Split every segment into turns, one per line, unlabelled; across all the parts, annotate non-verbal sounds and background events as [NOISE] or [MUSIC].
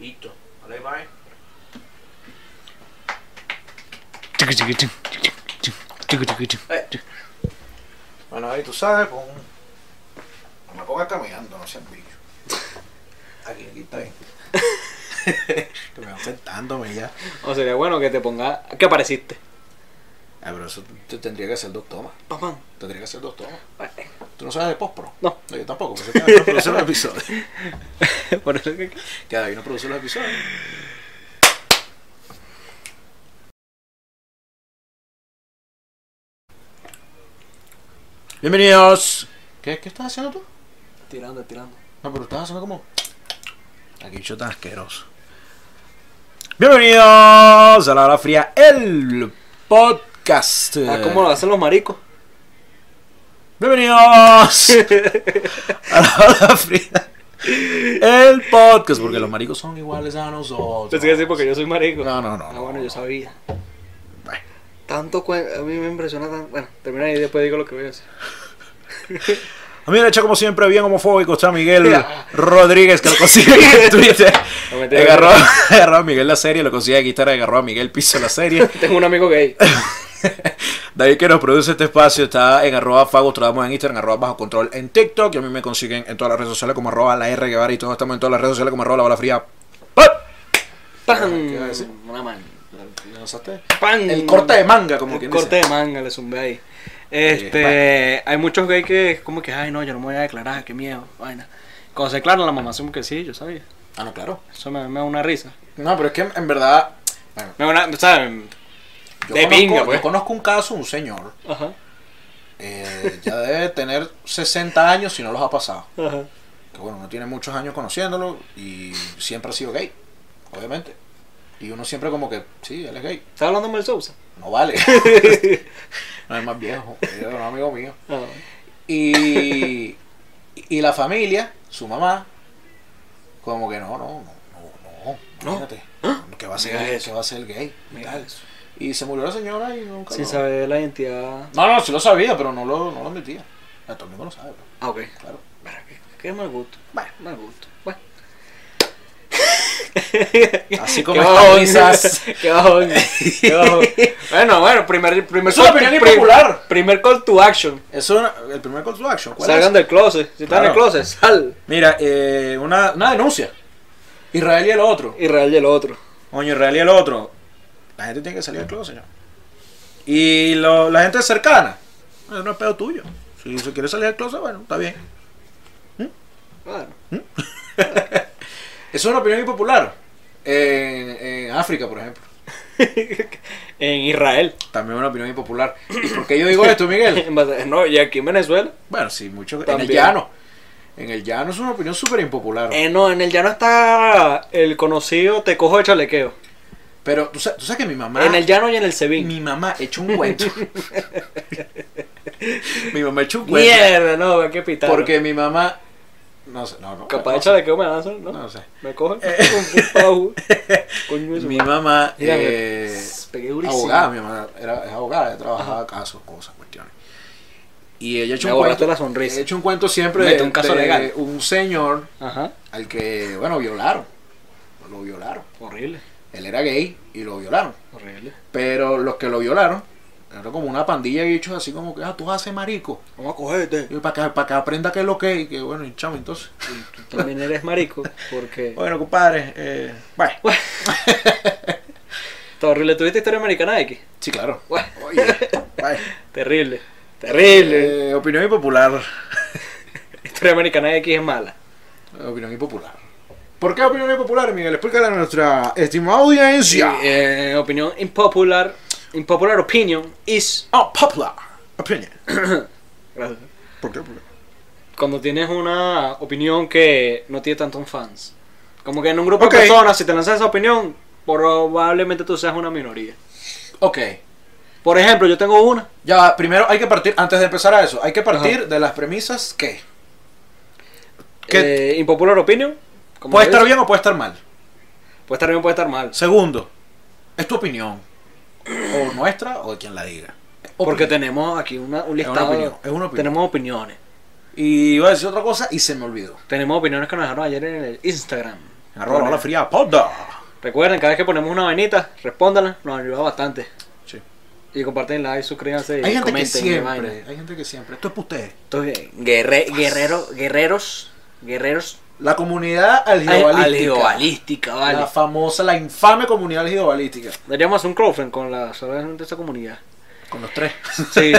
Listo. Vale, bye. Eh. Bueno, ahí tú sabes, pon.
No me pongas caminando, no seas bicho.
Aquí, aquí está bien. que me van sentándome ya.
O sería bueno que te ponga. que apareciste.
Ah, pero eso te tendría que hacer dos tomas. [LAUGHS]
Papá.
Tendría que hacer dos tomas.
Vale.
¿Tú no sabes de postpro?
No.
yo tampoco. Por eso cada uno produce los episodios.
Por eso que.
Cada uno produce los episodios. Bienvenidos. ¿Qué, ¿Qué estás haciendo tú?
Tirando, tirando.
No, pero estás haciendo como. Aquí yo tan asqueroso. Bienvenidos a la hora fría, el podcast.
Ah, ¿Cómo lo hacen los maricos? [LAUGHS]
Bienvenidos a la hora fría, el podcast. Porque los maricos son iguales a nosotros.
Pensé que sí, porque yo soy marico.
No, no, no.
Ah, bueno,
no,
yo
no.
sabía.
Bueno.
Tanto cuen- A mí me impresiona tan. Bueno, termina ahí y después digo lo que voy a decir.
A mi derecha, como siempre, bien homofóbico, está Miguel
Ya.
Rodríguez, que lo consigue en Twitter.
No, mentira.
agarró, [LAUGHS] agarró a Miguel la serie, lo consigue en Guitarra, agarró a Miguel Piso la [LAUGHS] serie.
Tengo un amigo gay.
David que nos produce este espacio está en arroba Fagos, trabajamos en Instagram, arroba Bajo Control en TikTok y a mí me consiguen en todas las redes sociales como arroba la R Guevara y todos estamos en todas las redes sociales como arroba la bola fría. ¡Pap!
¡Pam!
¡Oh! ¿Qué iba a decir?
Una mano. ¡Pam!
El corte de manga, como
El
quien
corte
dice.
de manga, le zumbé ahí. Este, hay muchos gays que como que, ay no, yo no me voy a declarar, qué miedo, vaina. Cuando se declaran la mamá asume que sí, yo sabía.
Ah, no, claro.
Eso me, me da una risa.
No, pero es que en verdad. Bueno,
Me da una, ¿sabes?
yo,
De
conozco,
pinga,
yo
pues.
conozco un caso, un señor,
Ajá,
eh, ya debe tener 60 años si no los ha pasado.
ajá.
que bueno, uno tiene muchos años conociéndolo y siempre ha sido gay, obviamente. Y uno siempre como que, sí, él es gay,
¿Estás hablando de Mel [LAUGHS] Sousa?
no vale. [LAUGHS] no es más viejo, era un amigo mío.
Ah,
Y, y la familia, su mamá, como que no, no, no, no, no, imagínate. ¿Qué va a ser,
¿Ah? Mira
gay?
eso.
¿Qué va a ser gay?
mira
Tal.
eso.
Y se murió la señora y nunca
Sin
lo-
saber la identidad.
No, no, sí lo sabía, pero no lo, no lo admitía. Ah, Todo el mundo lo sabe, pero,
Ah, ok.
claro.
Para, qué, qué mal gusto. Bueno, mal gusto. Bueno.
[LAUGHS] Así
Qué
como
bajón.
estas [LAUGHS] risas.
[LAUGHS] Qué bajón. Qué bajón. Bueno, bueno, primer, primer
Es una opinión impopular.
Primer call to action.
Eso era el primer call to action. ¿cuál es?
Salgan del closet. Si están en el
Claro.
closet, sal.
Mira, eh, una, una denuncia. Israel y el otro.
Israel y el otro.
Coño, Israel y el otro. La gente tiene que salir del closet, señor. Y lo- la gente cercana. Eso no es pedo tuyo. Si se quiere salir del closet, bueno, está bien.
Bueno.
Eso es una opinión impopular. En, en África, por ejemplo.
[LAUGHS] en Israel.
También una opinión impopular. ¿Y por qué yo digo esto, Miguel?
[LAUGHS] En base- No, y aquí en Venezuela.
Bueno, sí, mucho. En el
También.
llano. En el llano es una opinión súper impopular.
Eh, no, en el llano está el conocido te cojo de chalequeo.
Pero tú sa- tú sabes, que mi mamá.
En el llano y en el Sebin.
Mi mamá echó un
[LAUGHS]
cuento. mi mamá echó un cuento.
Mierda, no, qué pitar.
Porque mi mamá. No sé, no, no.
Capaz
no
de
sé,
chalequeo me lanzan, ¿no?
No sé.
Me cogen. Un pau. Coño, eso.
Mi mamá.
Mira, me
eh,
pegué durísimo.
abogada, mi mamá era, es abogada, ella trabajaba casos, cosas, cuestiones. Y ella echó
Me
un
borraste
cuento.
la sonrisa.
Ella echó un cuento siempre
Mete
de
un caso
de
legal.
un señor
Ajá.
al que, bueno, violaron. Lo violaron.
Horrible.
Él era gay y lo violaron.
Horrible.
Pero los que lo violaron, era como una pandilla de bichos así como que, ah, tú haces marico.
Vamos a cogerte.
Y para que, para que aprenda qué es lo que es. Y que bueno, y chamo, entonces.
Tú también eres marico [LAUGHS] porque...
Bueno, compadre, eh, bueno.
Está horrible. ¿Tuviste historia americana X?
Sí, claro.
Bueno.
Oye,
[LAUGHS]
bueno.
Terrible. Terrible.
Eh, opinión impopular.
Historia americana X es mala.
Opinión impopular. ¿Por qué opinión impopular, Miguel? Explícale a nuestra estimada audiencia.
Y, eh, opinión impopular. Impopular opinion is...
Oh, popular. Opinion.
Gracias.
¿Por qué popular?
Cuando tienes una opinión que no tiene tantos fans. Como que en un grupo
Ok.
de personas, si te lanzas esa opinión, probablemente tú seas una minoría.
Ok.
Por ejemplo, yo tengo una.
Ya, va, primero hay que partir, antes de empezar a eso, hay que partir de las premisas que ¿Qué?
Eh, impopular opinion. como
puede
lo
estar
dice.
bien o puede estar mal.
Puede estar bien, puede estar mal.
Segundo, es tu opinión. O nuestra o de quien la diga.
Porque
Opinión.
tenemos aquí una, un
Es una
listado.
opinión, es una opinión.
Tenemos opiniones.
Y iba a decir otra cosa y se me olvidó.
Tenemos opiniones que nos dejaron ayer en el Instagram.
En arroba la bala fría poda.
Recuerden, cada vez que ponemos una vainita, respóndanla, nos ayuda bastante.
Sí.
Y comparten like, suscríbanse y
Hay gente que
comenten. y
siempre,
vaina.
hay gente que siempre. Esto es para ustedes.
Entonces, guerre- guerrero, guerreros, guerreros
La comunidad algeobalística.
algeobalística,
La
vale.
famosa, la infame comunidad algeobalística.
Deberíamos hacer un crowdfunding con la solamente de esa comunidad.
Con los [LAUGHS] tres.
Sí,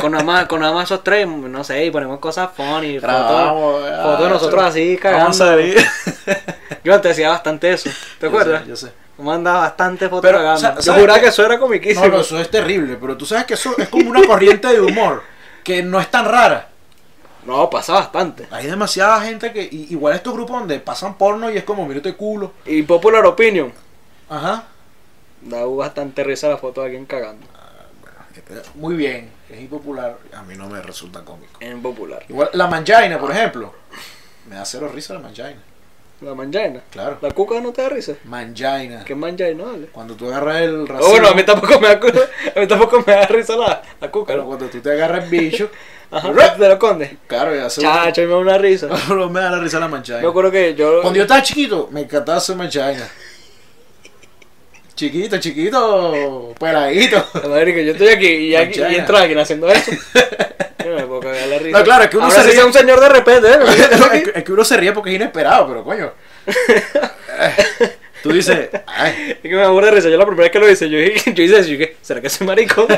con nada más, con nada más esos tres, no sé, y ponemos cosas funny,
Grabamos,
fotos
ah,
fotos de nosotros así
Vamos a [LAUGHS]
cagando.
ver.
Yo antes hacía bastante eso, ¿te acuerdas?
Yo sé.
Me mandaba bastante fotos
Pero,
cagando.
sa-
Yo
¿sabes
juraba
qué?
que eso era comiquísimo.
No, no, eso es terrible, pero tú sabes que eso es como una corriente de humor que no es tan rara.
No, pasa bastante.
Hay demasiada gente que, y- igual estos grupos donde pasan porno y es como, mírate culo.
Y Popular Opinion,
Ajá.
da bastante risa la foto de alguien cagando.
Muy bien, es impopular. A mí no me resulta cómico.
En Popular.
Igual, la mangina, por ejemplo. Me da cero risa la mangina.
La manjaina.
Claro.
La cuca no te da risa.
Mangina.
¿Qué manjaina, vale?
Cuando tú agarras el
Oh,
racimo,
bueno, a mí tampoco me da, cu- a mí tampoco me da risa la, la cuca.
pero
¿no?
cuando tú te agarras el bicho,
Ajá, te lo conde.
claro, ya se...
Chacho, me da
[LAUGHS]
una risa.
No me da la risa la mangina.
Me acuerdo que yo.
Cuando yo estaba chiquito, me encantaba hacer manchaina. Chiquito, chiquito,
[LAUGHS]
peladito.
La madre que yo estoy aquí y, aquí,
Manchana.
y entra alguien
[LAUGHS]
haciendo eso. Yo me puedo cagar la risa.
No, claro, es que uno
Ahora
se
sí
ríe.
sea un señor de
[LAUGHS]
repente,
es,
¿eh?
que, es que uno se ríe porque es inesperado, pero coño. Eh, Tú dices, ay,
[LAUGHS] Es que me aburre de risa. Yo la primera vez que lo hice, yo, dije- [LAUGHS] yo hice eso. Yo dije, ¿será que
[LAUGHS]
soy marico? [LAUGHS]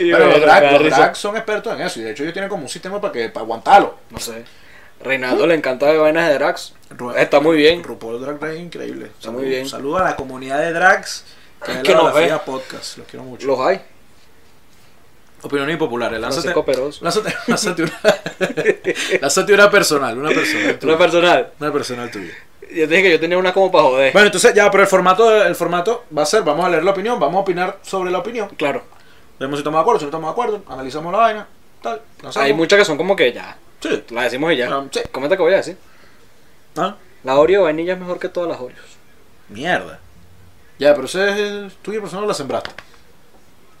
Y yo,
pero los
"Verga, me
drags,
da
los
risa".
drags son expertos en eso. Y de hecho, ellos tienen como un sistema para, que, para aguantarlo.
No sé. Reinaldo le encanta de vainas de drags.
Ru-
Está muy bien.
RuPaul Drag Race es increíble.
Está muy bien.
Saludo a la comunidad de drags.
[LAUGHS] Es
ve
que
la
nos ve.
Balafría podcast. Los quiero mucho.
Los hay.
Opiniones
eh,
impopulares. Lánzate,
Francisco Peroso. [LAUGHS]
lánzate, lánzate una, lánzate una [LAUGHS] personal. Una personal tuya.
Una personal.
Una personal tuya.
Yo te dije que yo tenía una como para joder.
Bueno, entonces ya, pero el formato, el formato va a ser, vamos a leer la opinión, vamos a opinar sobre la opinión,
Claro.
vemos si estamos de acuerdo, si no estamos de acuerdo, analizamos la vaina, tal, lanzamos.
Hay muchas que son como que ya.
Sí.
Las decimos y ya.
Um, sí.
Comenta que voy a decir.
Ah,
La Oreo vainilla es mejor que todas las Oreos.
mierda. Ya, pero ese es tuyo personal la sembraste.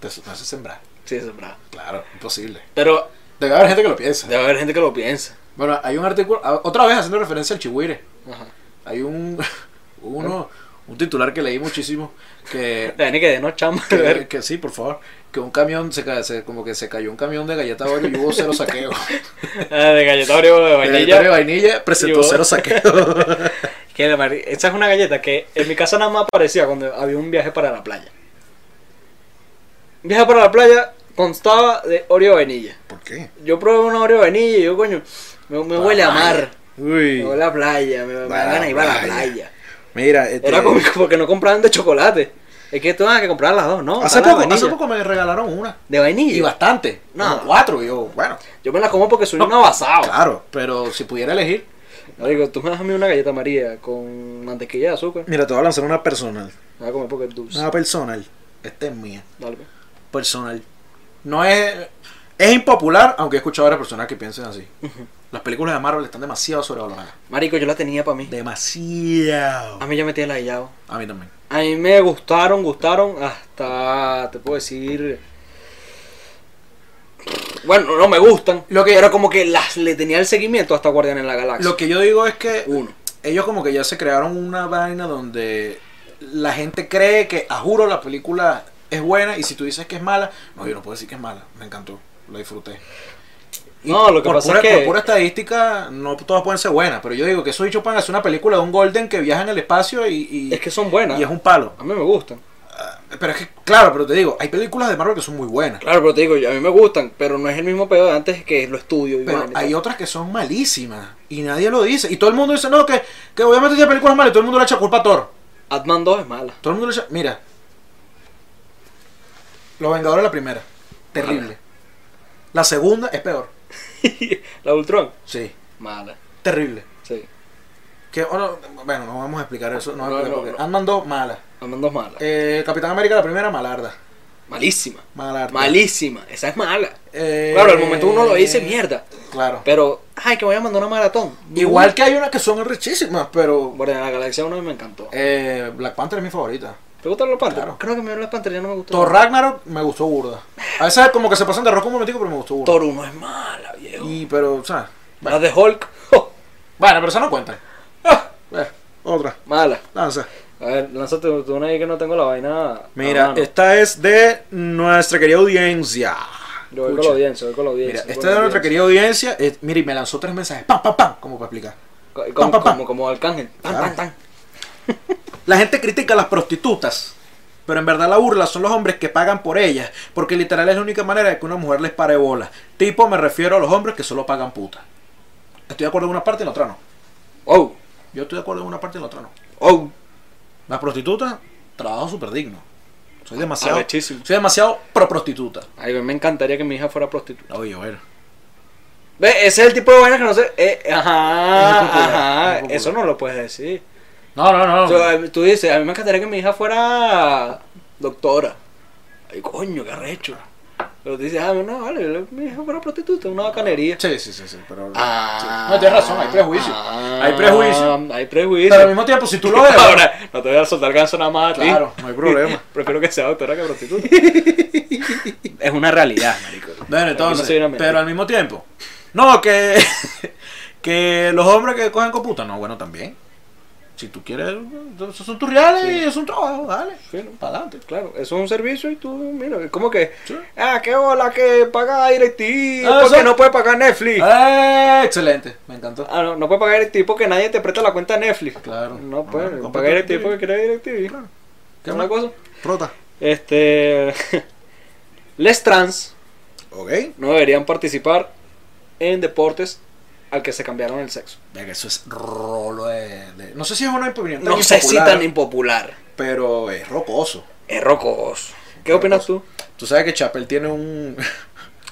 Te se- te hace sembrar.
Sí, eso es verdad.
Claro, imposible.
Pero
Debe haber gente que lo piensa.
debe haber gente que lo piensa.
Bueno, hay un artículo, a- otra vez haciendo referencia al chihuire,
Ajá.
hay un, [LAUGHS] uno, un titular que leí muchísimo, [LAUGHS] que
La vaina que de no chamba.
que, que sí, por favor. Que un camión, se, ca- se- como que se cayó un camión de galleta Oreo y hubo cero [LAUGHS] saqueo.
[LAUGHS] Ah, de galleta Oreo de
De galleta Oreo
vainilla.
vainilla presentó
hubo-
cero [LAUGHS] saqueo.
Que de mar- Esa es una galleta que en mi casa nada más aparecía cuando había un viaje para la playa. Un viaje para la playa constaba de Oreo vainilla.
¿Por qué?
Yo probé una Oreo vainilla y yo, coño, me, me huele a mar.
Uy.
Me huele a playa. Me, me
Va a la
van a ir a la
playa.
playa.
Mira, este,
Era cómico porque no compraban de chocolate. Es que todas que comprar las dos, ¿no?
hace,
Está la
poco, hace
vainilla.
poco me regalaron una.
De vainilla.
Y bastante.
No. Ah.
como cuatro. Y yo, bueno.
Yo me la como porque soy un avasado.
Claro, pero si pudiera elegir.
Yo digo, tú me das a mí una galleta María con mantequilla de azúcar.
Mira, te voy a lanzar una personal.
Me voy a comer porque es dulce.
Ah. personal. Esta es mía.
Dale. pues.
Personal. No es. Es impopular, aunque he escuchado a varias personas que piensen así. Las películas de Marvel están demasiado sobrevaloradas.
Marico, yo la tenía para mí.
Demasiado.
A mí ya me tiene la hallado.
A mí también.
A mí me gustaron, gustaron hasta, te puedo decir... Bueno, no me gustan.
Lo que-
Pero como que las le tenía el seguimiento hasta Guardián en la Galaxia.
Lo que yo digo es que
Uno.
ellos como que ya se crearon una vaina donde la gente cree que, a juro, la película es buena y si tú dices que es mala, no, yo no puedo decir que es mala. Me encantó, la disfruté.
No, lo que
por,
pasa
pura,
es
por
que...
pura estadística, no todas pueden ser buenas, pero yo digo que esos bichos pueden hacer una película de un Golden que viaja en el espacio y, y-
Es que son buenas.
y es un palo.
A mí me gustan.
Ah, Pero es que, claro, pero te digo, hay películas de Marvel que son muy buenas,
Claro, pero te digo, yo- a mí me gustan, pero no es el mismo pedo de antes que lo estudio. Y
pero
vaina y
hay
tal.
otras que son malísimas y nadie lo dice. Y todo el mundo dice, no, que, que obviamente tiene películas malas y todo el mundo le echa culpa a Thor.
Atman 2 es mala. [LAUGHS]
Todo el mundo le echa. Mira. Los Vengadores la primera. Terrible. La segunda es peor.
la Ultron.
Sí.
Mala.
Terrible.
Sí.
Que, bueno, bueno, no vamos a explicar eso. No, vamos a
No,
explicar
no,
porque
no.
Ant-Man 2, mala.
Atman 2 mala.
Eh, Capitán América la primera, malarda.
Malísima.
Malarda.
Malísima. Esa es mala.
Eh,
Claro, al momento uno lo dice mierda.
Claro.
Pero, ay, que voy a mandar una maratón.
Igual que hay unas que son richísimas, pero.
Guardián de la Galaxia 1 me encantó.
eh, Black Panther es mi favorita.
¿Te gustan los Panthers?
Claro.
Creo que me los Panthers ya no me gustó.
Thor Ragnarok me gustó burda. A veces como que se pasan de rojo un momentico, pero me gustó burda.
Thor 1 es mala, viejo.
Y, pero, o sea.
La de Hulk. [LAUGHS] jo,
Bueno, pero eso no cuenta.
Ah, eh,
Otra,
mala.
lanza.
A ver, lánzate tú una ahí que no tengo la vaina.
Mira,
a mano.
esta es de nuestra querida audiencia.
Yo voy con
Escucha.
la audiencia, voy con la
Mira,
audiencia. voy
esta
con
es de
la
nuestra
audiencia.
querida audiencia. Eh, mira, y me lanzó tres mensajes. Pam, pam, pam. Como para explicar.
Co-
Pam,
Como,
pam, pam.
como, como Arcángel. Tan,
Claro.
tan, tan.
La gente critica a las prostitutas. Pero en verdad la burla son los hombres que pagan por ellas. Porque literal es la única manera de que una mujer les pare bola. Tipo, me refiero a los hombres que solo pagan puta. Estoy de acuerdo en una parte y en la otra no.
Oh,
Yo estoy de acuerdo en una parte y en la otra no.
oh.
Las prostitutas, trabajo súper digno. Soy demasiado.
Arrechísimo.
Soy demasiado pro prostituta.
Ay, me encantaría que mi hija fuera prostituta.
Oye, bueno.
Ve, ese es el tipo de vaina que no sé. eh,
Es muy popular,
ajá,
muy
ajá.
popular.
Eso no lo puedes decir.
No, no, no.
O sea, tú dices, a mí me encantaría que mi hija fuera doctora. Ay, coño, qué arrecho. Pero tú dices, ah, no, vale, yo- mi hija fuera prostituta, una bacanería.
Sí, sí, sí, sí, pero...
Ah,
sí. No, tienes razón, hay prejuicio. hay prejuicio.
Hay
Pero al
[LAUGHS] prejuicio.
mismo tiempo, si tú lo ves...
Ahora, no te voy a soltar ganso nada más a ti.
Claro, no hay problema.
[LAUGHS] Prefiero que sea doctora que prostituta.
[LAUGHS]
es una realidad, marico.
Bueno,
Aquí no
entonces,
soy una mierda.
pero al mismo tiempo... No, que... [LAUGHS] que los hombres que cogen con puta, no, bueno, también. Si tú quieres, esos son tus reales y es un trabajo, dale.
Sí, ¿no?
Para adelante.
Claro, eso es un servicio y tú, mira, es como que,
Sí.
ah, qué bola que paga DirecTV
Ah,
porque
eso-
no puede pagar Netflix. Ah,
Eh, excelente, me encantó.
no, no puede pagar DirecTV porque nadie te presta la cuenta de Netflix.
Claro.
No
No,
puede,
compra
pagar DirecTV
DirecTV.
porque quiere DirecTV.
Claro.
¿Qué una cosa?
Prota.
Este, [LAUGHS] les trans
Ok.
no deberían participar en deportes al que se cambiaron el sexo.
Venga, eso es rolo de, de- No sé si es una opinión tan
No sé si
impopular,
tan impopular.
pero es rocoso.
Es rocoso. ¿Qué opinas tú?
Tú sabes que Chapel tiene un... [LAUGHS]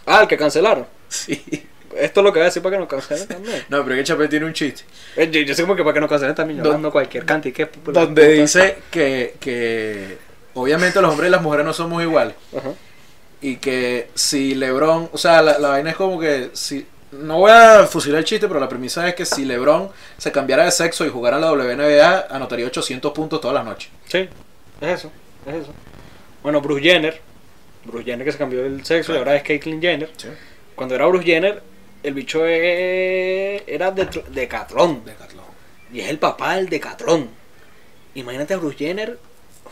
Ah, el que cancelaron.
sí.
Esto es lo que voy a decir para que nos cancelen también.
[LAUGHS] No, pero que Chapel tiene un chiste.
Eh, Yo, yo sé como que para que nos cancelen también, yo
Do-
mando cualquier cantidad que
Donde dice que, que obviamente los hombres y las mujeres no somos iguales.
Ajá.
Y que si Lebron, o sea, la, la vaina es como que si... No voy a fusilar el chiste, pero la premisa es que si Lebron se cambiara de sexo y jugara en la WNBA, anotaría 800 puntos todas las noches.
Sí, es eso, es eso. Bueno, Bruce Jenner, Bruce Jenner que se cambió el sexo y ahora es Caitlyn Jenner.
Sí.
Cuando era Bruce Jenner, el bicho eh, era de, decatlón y es el papá del decatlón. Imagínate a Bruce Jenner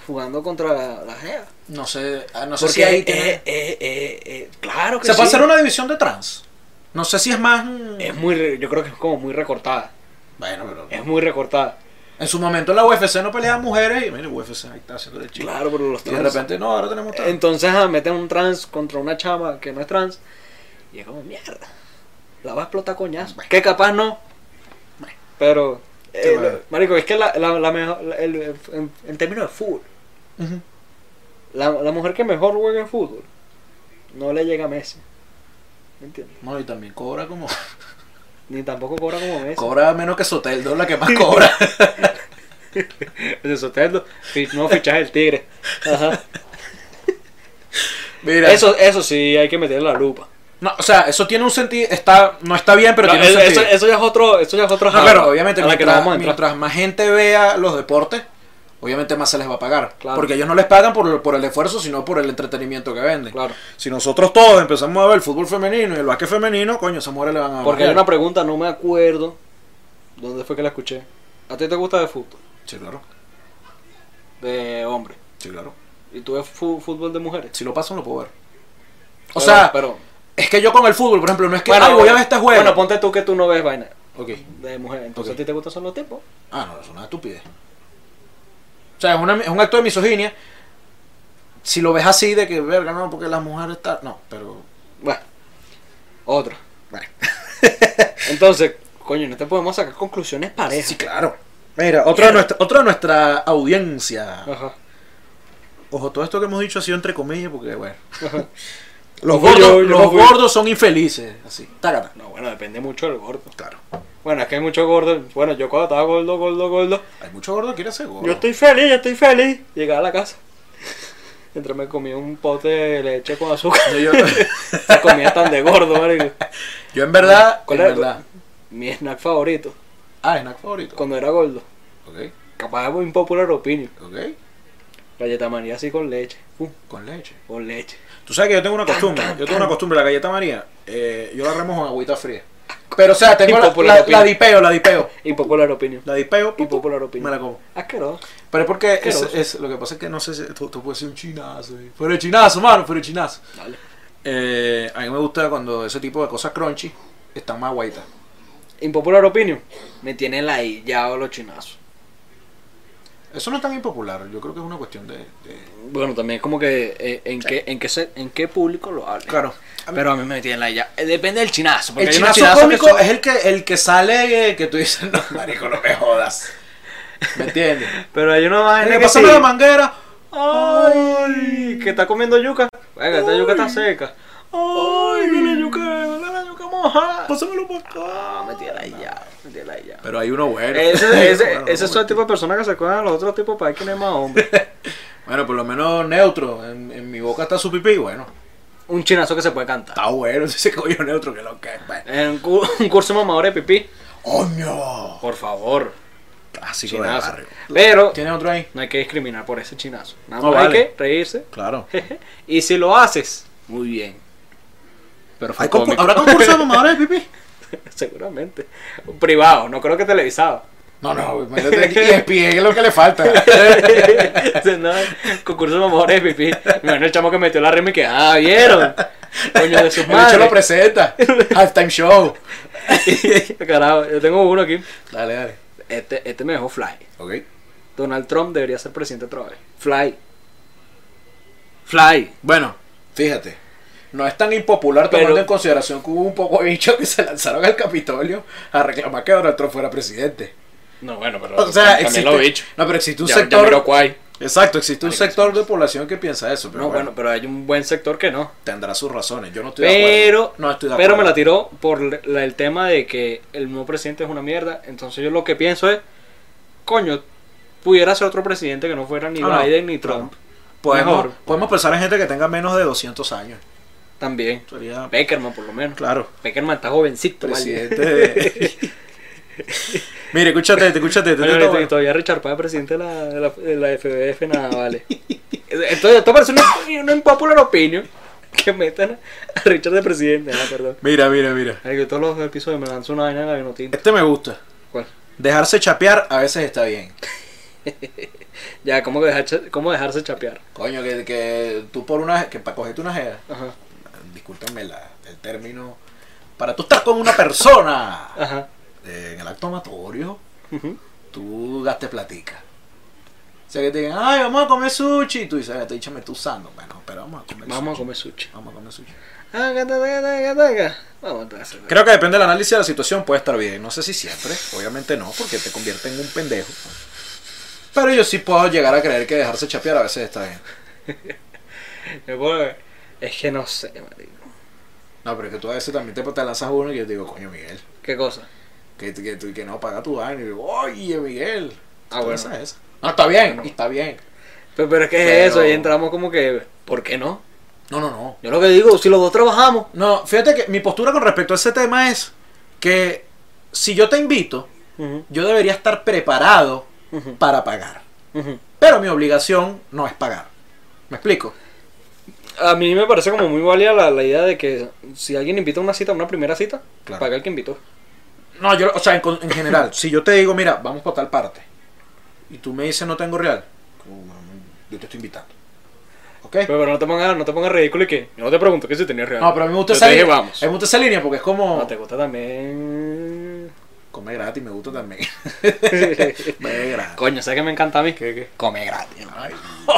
jugando contra la, la Jeva.
No sé, ah, no sé
Porque
si ahí
eh,
tiene...
eh, eh, eh, claro que
Se
sí.
puede hacer una división de trans. No sé si es más. mm,
Es muy, re- yo creo que es como muy recortada.
Bueno, pero.
Es muy recortada.
En su momento en la UFC no peleaban mujeres. Y mira, UFC ahí está haciendo el chico.
Claro, pero los
Y de
trans-
repente, no, ahora tenemos trans.
Entonces ah, meten un trans contra una chama que no es trans. Y es como, mierda. La va a explotar coñazo. Que capaz no. Pero, eh,
Qué
lo-
bueno.
Marico, es que la, la- la mejor. la- el- en, en términos de fútbol,
Ujú.
la, la mujer que mejor juega en fútbol no le llega a Messi. ¿Me entiendes?
No, y también cobra como. [LAUGHS]
Ni tampoco cobra como Messi.
cobra menos que Soteldo, la que más
[LAUGHS]
cobra.
Ese Soteldo, fi- no fichaje el tigre. Ajá.
Mira.
Eso, eso sí, hay que meterle la lupa.
No, o sea, eso tiene un sentido. Está, no está bien, pero
No,
tiene un
eso,
sentido.
eso- eso ya es otro. Eso ya es otro
No,
jabón
claro, obviamente,
a la que no
mientras,
vamos a entrar.
mientras más gente vea los deportes, obviamente más se les va a pagar.
Claro.
Porque ellos no les pagan por, por el esfuerzo, sino por el entretenimiento que venden.
Claro.
Si nosotros todos empezamos a ver el fútbol femenino y el básquet femenino, coño, esas mujeres le van a
Porque hay
bajar.
una pregunta, no me acuerdo dónde fue que la escuché. ¿A ti te gusta de fútbol?
Sí, claro.
De hombre.
Sí, claro.
¿Y tú ves fu- fútbol de mujeres?
Si lo pasan, lo puedo ver. O
Pero-
sea,
pero.
es que yo con el fútbol, por ejemplo, no es que "Ay, voy a ver este juego.
Bueno, ponte tú que tú no ves vaina
Ok.
de mujeres. Entonces
Ok.
a ti te gustan solo los tipos.
Ah, no, eso es una estupidez. O sea, es, una- es un acto de misoginia. Si lo ves así, de que verga, no, porque las mujeres están. No, pero.
Bueno, otra.
Bueno.
[LAUGHS] Entonces, coño, no te podemos sacar conclusiones parejas.
Sí, claro. Mira, otro de, nuestra, otro de nuestra audiencia.
Ajá.
Ojo, todo esto que hemos dicho ha sido entre comillas, porque, bueno.
Ajá.
Los,
No fui
gordos,
yo, yo
los
no fui.
gordos son infelices. Así. Tácata.
No, bueno, depende mucho del gordo.
Claro.
Bueno, es que hay muchos gordos. Bueno, yo cuando estaba gordo, gordo, gordo.
Hay muchos gordos que quieren ser gordos.
Yo estoy feliz, yo estoy feliz. Llegaba a la casa. Entré, me comí un pote de leche con azúcar.
No, yo,
La comida tan de gordo, marico.
yo en verdad.
¿Cuál
en
era tu-
verdad.
Mi snack favorito,
Ah, snack favorito.
cuando era gordo.
Ok,
Capaz de impopular opinion.
ok.
Galleta María así con leche. Uh,
Con leche.
con leche.
Tú sabes que yo tengo una costumbre.
tan,
Yo tengo una costumbre. La galleta María, eh, yo la remojo en agüita fría. [LAUGHS] Pero o sea, tengo la,
Impopular
la, la
opinion.
dipeo, la dipeo.
Impopular opinion.
La dipeo, pu, pu,
Impopular opinion.
me la como.
Asqueroso.
Pero es porque es,
Asqueroso.
es- lo que pasa es que no sé si tú, tú puedes ser un chinazo. eh. Fuera de chinazo, mano, fuera de chinazo.
Dale.
Eh, a mí me gusta cuando ese tipo de cosas crunchy están más guaitas.
Impopular opinion. Me tienen la I, ya o los chinazos.
Eso no es tan impopular, yo creo que es una cuestión de. de-
Bueno, también es como que eh, en, qué, en, qué, se- en qué público lo hablen.
Claro.
Pero a mí me tienen la I ya. Eh, Depende del chinazo. Porque
El
hay unos
chinazo
chinazos que
cómico
son-
es el que, el que sale eh, que tú dices, [LAUGHS] no, marico, no me jodas. ¿Me entiendes?
Pero hay una vaina
Le
que
pasame
sí.
Eh, la manguera.
Ay, que está comiendo yuca. Venga, esta yuca está seca. Ay, viene yuca, viene la yuca moja.
Pásamelo por acá.
Ah, metí la ya, metí la ya.
Pero hay uno bueno. [LAUGHS]
Ese, ese,
Bueno,
ese es el tipo de persona que se acuerdan a los otros tipos para ver quién es más hombre.
Bueno, por lo menos neutro. En, en mi boca está su pipí, bueno.
Un chinazo que se puede cantar.
Está bueno [LAUGHS] ese coño neutro que lo que es. pues. bueno.
En un, cu- [LAUGHS] un curso de mamadores de pipí.
¡Coño!
Por favor,
Clásico de
chinazo.
barrio.
Pero
¿Tiene otro ahí?
no hay que discriminar por ese chinazo. Nada
No,
más hay
vale.
que reírse. [LAUGHS]
Claro.
y si lo haces, muy bien. Pero fue
¿Hay concur-
cómico.
¿Habrá concurso de mamadores de pipí?
[LAUGHS] Seguramente. Privado, no creo
[LAUGHS]
que televisado. [LAUGHS]
No, no, imagínate que ESPN es lo que le [LAUGHS] falta.
no, concurso de mamadores de pipí. Bueno, el chamo que metió la rima y que, ah, ¿vieron? Coño de sus
El bicho lo
madres.
[LAUGHS] presenta. Halftime [LAUGHS] show.
Carajo, yo tengo uno aquí.
Dale, dale.
Este, este me dejó fly.
Ok.
Donald Trump debería ser presidente otra vez. Fly. Fly.
Bueno, fíjate. No es tan impopular tomando
Pero-
en consideración que hubo un poco de bicho que se lanzaron al Capitolio a reclamar que Donald Trump fuera presidente.
No, bueno, pero
O sea,
también
existe,
lo he dicho.
No, pero existe un
Ya- ya
sector.
miró Kwai.
exacto, existe un
Marico,
sector de población que piensa eso, pero
No,
bueno,
bueno, pero hay un buen sector que no.
tendrá sus razones. Yo no estoy de
Pero,
acuerdo. No estoy de
pero me la
acuerdo.
tiró por la- el tema de que el nuevo presidente es una mierda. Entonces yo lo que pienso es, coño, pudiera ser otro presidente que no fuera ni
Ah, no.
Biden ni Trump.
podemos,
mejor.
podemos pensar en gente que tenga menos de 200 años.
También.
Sería,
Beckerman por lo menos.
claro,
Beckerman está jovencito. ¿vale?
presidente. de-
[LAUGHS]
Mire, escúchate, este, escúchate, este,
Oye,
este,
ahorita
este,
que todavía Richard Paz es presidente de la, de la, de la FBF, nada, vale. [LAUGHS] Entonces, esto parece una, una impopular opinion que metan a Richard de presidente, ah, perdón.
Mira, mira, mira.
Ay, que todos los episodios me lanzó una vaina de la vinotinta.
Este me gusta.
¿Cuál?
Dejarse chapear a veces está bien.
Ya, ¿cómo, que dejar- cómo dejarse chapear?
Coño, que, que tú por una que para cogerte una jeva,
Ajá,
discúlpenme la- el término, para tú estar con una persona [LAUGHS]
ajá.
eh, en el acto amatorio,
ujú.
tú gastes platica. O sea que te digan, ay, vamos a comer sushi. Y tú dices, ay, te dicho me estoy usando. Bueno, pero vamos a comer
Vamos a
sushi.
comer sushi.
Vamos a comer sushi.
Ah, gata, gata, gata, gata. Vamos a hacer.
Creo que depende del análisis de la situación, puede estar bien. No sé si siempre, obviamente no, porque te convierte en un pendejo. Pero yo sí puedo llegar a creer que dejarse chapear a veces está bien.
Me puedo- Es que no sé, marico.
No, pero es que tú a veces también te, te lanzas uno y yo te digo, coño, Miguel.
¿Qué cosa?
que, que, que, no paga tu vaina. Y digo, oye, Miguel.
Ah, bueno.
¿Qué es eso? No, está bien,
Bueno.
y está bien.
Pero, pero es que
Pero-
es eso, ahí entramos como que, ¿por qué no?
No, no, no.
Yo lo que digo, si los dos trabajamos,
No, fíjate que mi postura con respecto a ese tema es que si yo te invito,
Ujú,
yo debería estar preparado
ujú,
para pagar.
ujú.
Pero mi obligación no es pagar. ¿Me explico?
a mí me parece como muy válida la, la idea de que si alguien invita a una cita, a una primera cita,
Claro.
paga el que invitó.
No, yo, o sea, en, con- en
[LAUGHS]
general, si yo te digo, mira, vamos para tal parte, y tú me dices, no tengo real, como, yo te estoy invitando. ¿Ok?
Pero, pero no te pongas no te pongas ridículo y que yo no te pregunto que si tenías real.
No, pero a mí me gusta
Yo
esa
te dije,
línea.
vamos.
A mí me gusta esa línea porque es como.
No, te gusta también.
Come gratis, me gusta [LAUGHS] también. Come gratis.
Coño, ¿sabes qué me encanta a mí?
¿Qué, qué?
Come gratis. ¿no?
[LAUGHS] Ay.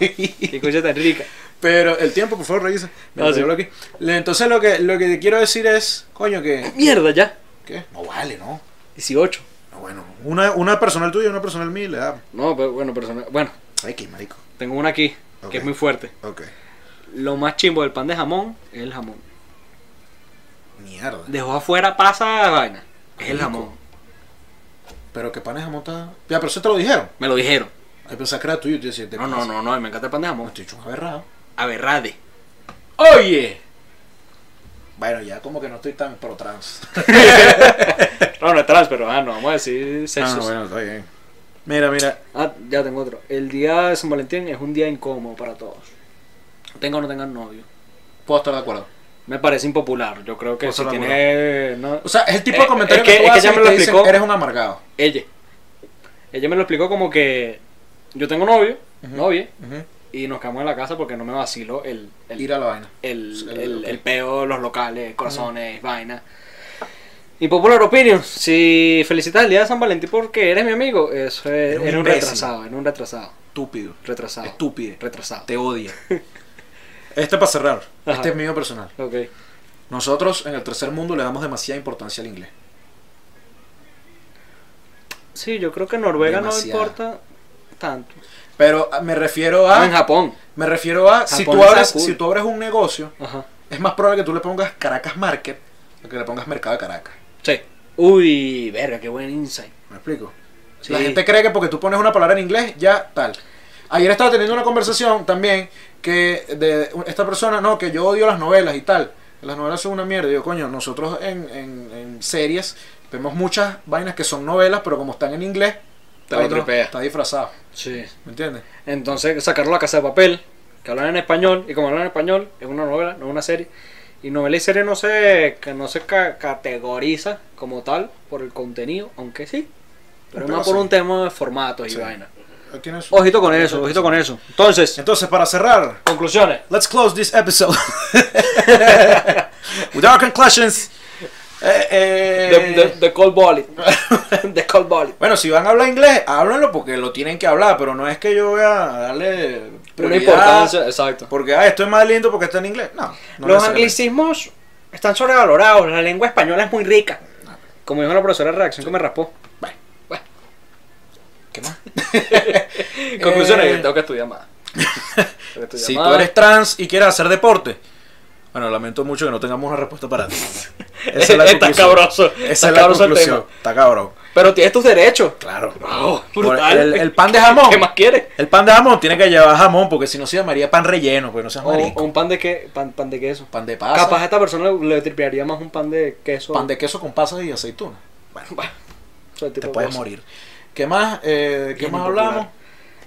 Qué cosa tan rica.
Pero el tiempo, por favor, revisa. Me
Ah,
lo
sí.
llevo aquí. Le- Entonces lo que, lo que te quiero decir es, coño, que...
Mierda ya.
¿Qué? No vale, ¿no?
18.
No, bueno, una, una personal tuya y una personal mía le da...
No, pero bueno, persona. Bueno,
Ay, qué marico.
tengo una aquí
Ok.
que es muy fuerte.
Ok.
Lo más chimbo del pan de jamón es el jamón.
Mierda.
Dejó afuera pasa vaina. Es el jamón.
Pero que panes jamón está... Ya, pero eso te lo dijeron.
Me lo dijeron.
Ahí pensaba que era tuyo y te decía... te
No, no,
pasa.
no, no, me encanta el pan de
Me
jamón.
estoy hecho un aberrado.
Aberrade. [LAUGHS]
¡Oye! Bueno, ya como que no estoy tan pro trans.
No, no es trans, pero ah, no, vamos a decir
[LAUGHS]
sexos.
Ah, bueno, está bien. Mira, mira.
Ah, ya tengo otro. El día de San Valentín es un día incómodo para todos. Tenga o no tengan novio.
Puedo estar de acuerdo.
Me parece impopular. Yo creo que
Por
si
ser
tiene. no-
O sea, es el tipo
Eh,
de comentario
es
que,
que-
tú
es que
haces
ya
y
me lo
te dicen,
explicó.
eres un amargado.
Ella. Ella me lo explicó como que yo tengo novio,
Ujú.
novia,
Ujú.
y nos quedamos en la casa porque no me vacilo el, el,
Ir a la vaina.
el,
el-
el-
ok.
el peo, los locales, corazones, vaina. Impopular opinion, si felicitas el día de San Valentín porque eres mi amigo, eso es,
Eres un
eres un
imbécil.
retrasado, eres un retrasado,
Estúpido.
retrasado,
Estúpido.
retrasado.
Te odia. Este para cerrar.
Ajá.
Este es mío personal.
Ok,
Nosotros en el tercer mundo le damos demasiada importancia al inglés.
sí, yo creo que Noruega
Demasiado.
no importa tanto.
Pero ah, me refiero
Ah, en
a.
Japón,
Me refiero a. Si
Japón
tú,
está
abres,
cool.
si tú abres un negocio,
ajá,
es más probable que tú le pongas Caracas Market a que le pongas Mercado de Caracas.
sí. Uy, verga, qué buen insight.
¿Me explico?
Sí.
La gente cree que porque tú pones una palabra en inglés, ya tal. Ayer estaba teniendo una conversación también que de esta persona, no, que yo odio las novelas y tal. Las novelas son una mierda. Yo, coño, nosotros en, en- en series vemos muchas vainas que son novelas, pero como están en inglés,
Te lo
ay, no,
tripeas.
está disfrazado.
Sí.
¿Me entiendes?
Entonces sacaron la casa de papel, que hablan en español, y como hablan en español, es una novela, no es una serie. Y novela y serie no se, que no se ca- categoriza como tal por el contenido, aunque sí. Pero
Pero
más por
sí.
un tema de formatos
Sí.
y vaina.
Tiene su-
Ojito con eso, ojito con eso. Entonces,
Entonces, para cerrar,
[LAUGHS] conclusiones.
let's close this
[LAUGHS]
episode. With our conclusions. Eh, eh,
The, the- the cold bullet. the cold bullet.
Bueno, si van a hablar inglés, háblenlo porque lo tienen que hablar, pero no es que yo voy a darle
Una
prioridad
importancia, exacto.
porque ah, esto es más lindo porque está en inglés. No, no
Los
necesariamente.
anglicismos están sobrevalorados, la lengua española es muy rica. Como dijo la profesora de reacción que me raspó.
Bueno, bueno. ¿Qué
[LAUGHS]
más? [LAUGHS]
Conclusiones,
Eh,
yo tengo que estudiar más. Tengo que estudiar
Si tú
más.
eres trans y quieres hacer deporte, bueno, lamento mucho que no tengamos una respuesta para
[LAUGHS]
ti. Esa es la
Está
conclusión.
cabroso,
Esa
está
es la
cabroso el
conclusión. Está cabrón.
Pero tienes tus derechos.
Claro.
Wow,
Por-
brutal.
El, [LAUGHS] el pan de jamón.
[LAUGHS] ¿Qué más quieres?
El pan de jamón tiene que llevar jamón porque si no se llamaría pan relleno, pues no seas
O,
marico.
o Oh, un pan de qué, pan, pan de queso.
Pan de pasa.
Capaz a esta persona le, le tripearía más un pan de queso. [LAUGHS]
Pan de queso con pasas y aceituna.
Bueno, ese
te
tipo de
puedes
cosas.
morir. ¿Qué más? Eh, ¿De qué
Bien
más
impopular.
hablamos?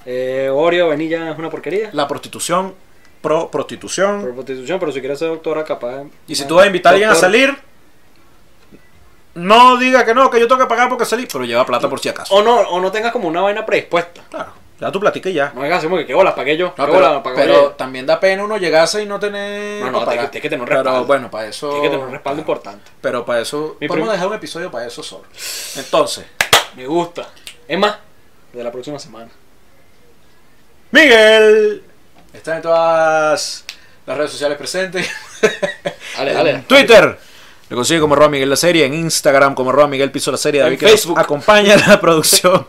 Eh, Oreo, vainilla es una porquería.
La prostitución, pro
Por
prostitución.
prostitución, pero si quieres ser doctora, capaz.
Y si tú vas a invitar a alguien a salir, no diga que no, que yo tengo que pagar porque salí, pero lleva plata por si acaso.
O no, o no tengas como una vaina predispuesta.
Claro, ya tu platica y ya.
No hagas así como que qué bolas, pagué yo.
No,
qué
pero,
bolas, pagué
pero
yo.
también da pena uno llegarse y no tener.
No, no,
pa'
tiene
pagar.
que- tiene que tener un
Pero
respaldo.
bueno, para eso.
Tienes que tener un respaldo importante.
Pero para eso.
Mi
podemos
prim-
dejar un episodio para eso solo. Entonces,
Me gusta. Es más, de la próxima semana.
Miguel. Está en todas las redes sociales [LAUGHS] presentes.
Dale,
En
dale.
Twitter. Lo consigue como arroba Miguel la serie. En Instagram como arroba Miguel Piso la serie.
En
David que nos
Facebook.
acompaña en la
[LAUGHS]
producción.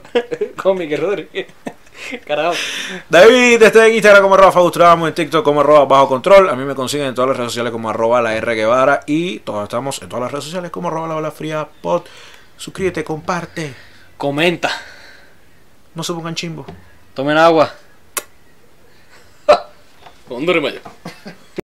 [LAUGHS] Con Miguel Rodríguez. [LAUGHS] Carajo.
David está en Instagram como arroba Fausto Ramos, En TikTok como arroba Bajo Control. A mí me consiguen en todas las redes sociales como arroba la R Guevara. Y todos estamos en todas las redes sociales como arroba la Ola Fría Pod. Suscríbete, comparte.
Comenta.
No se pongan chimbo.
Tomen agua. Honduras, Mayo.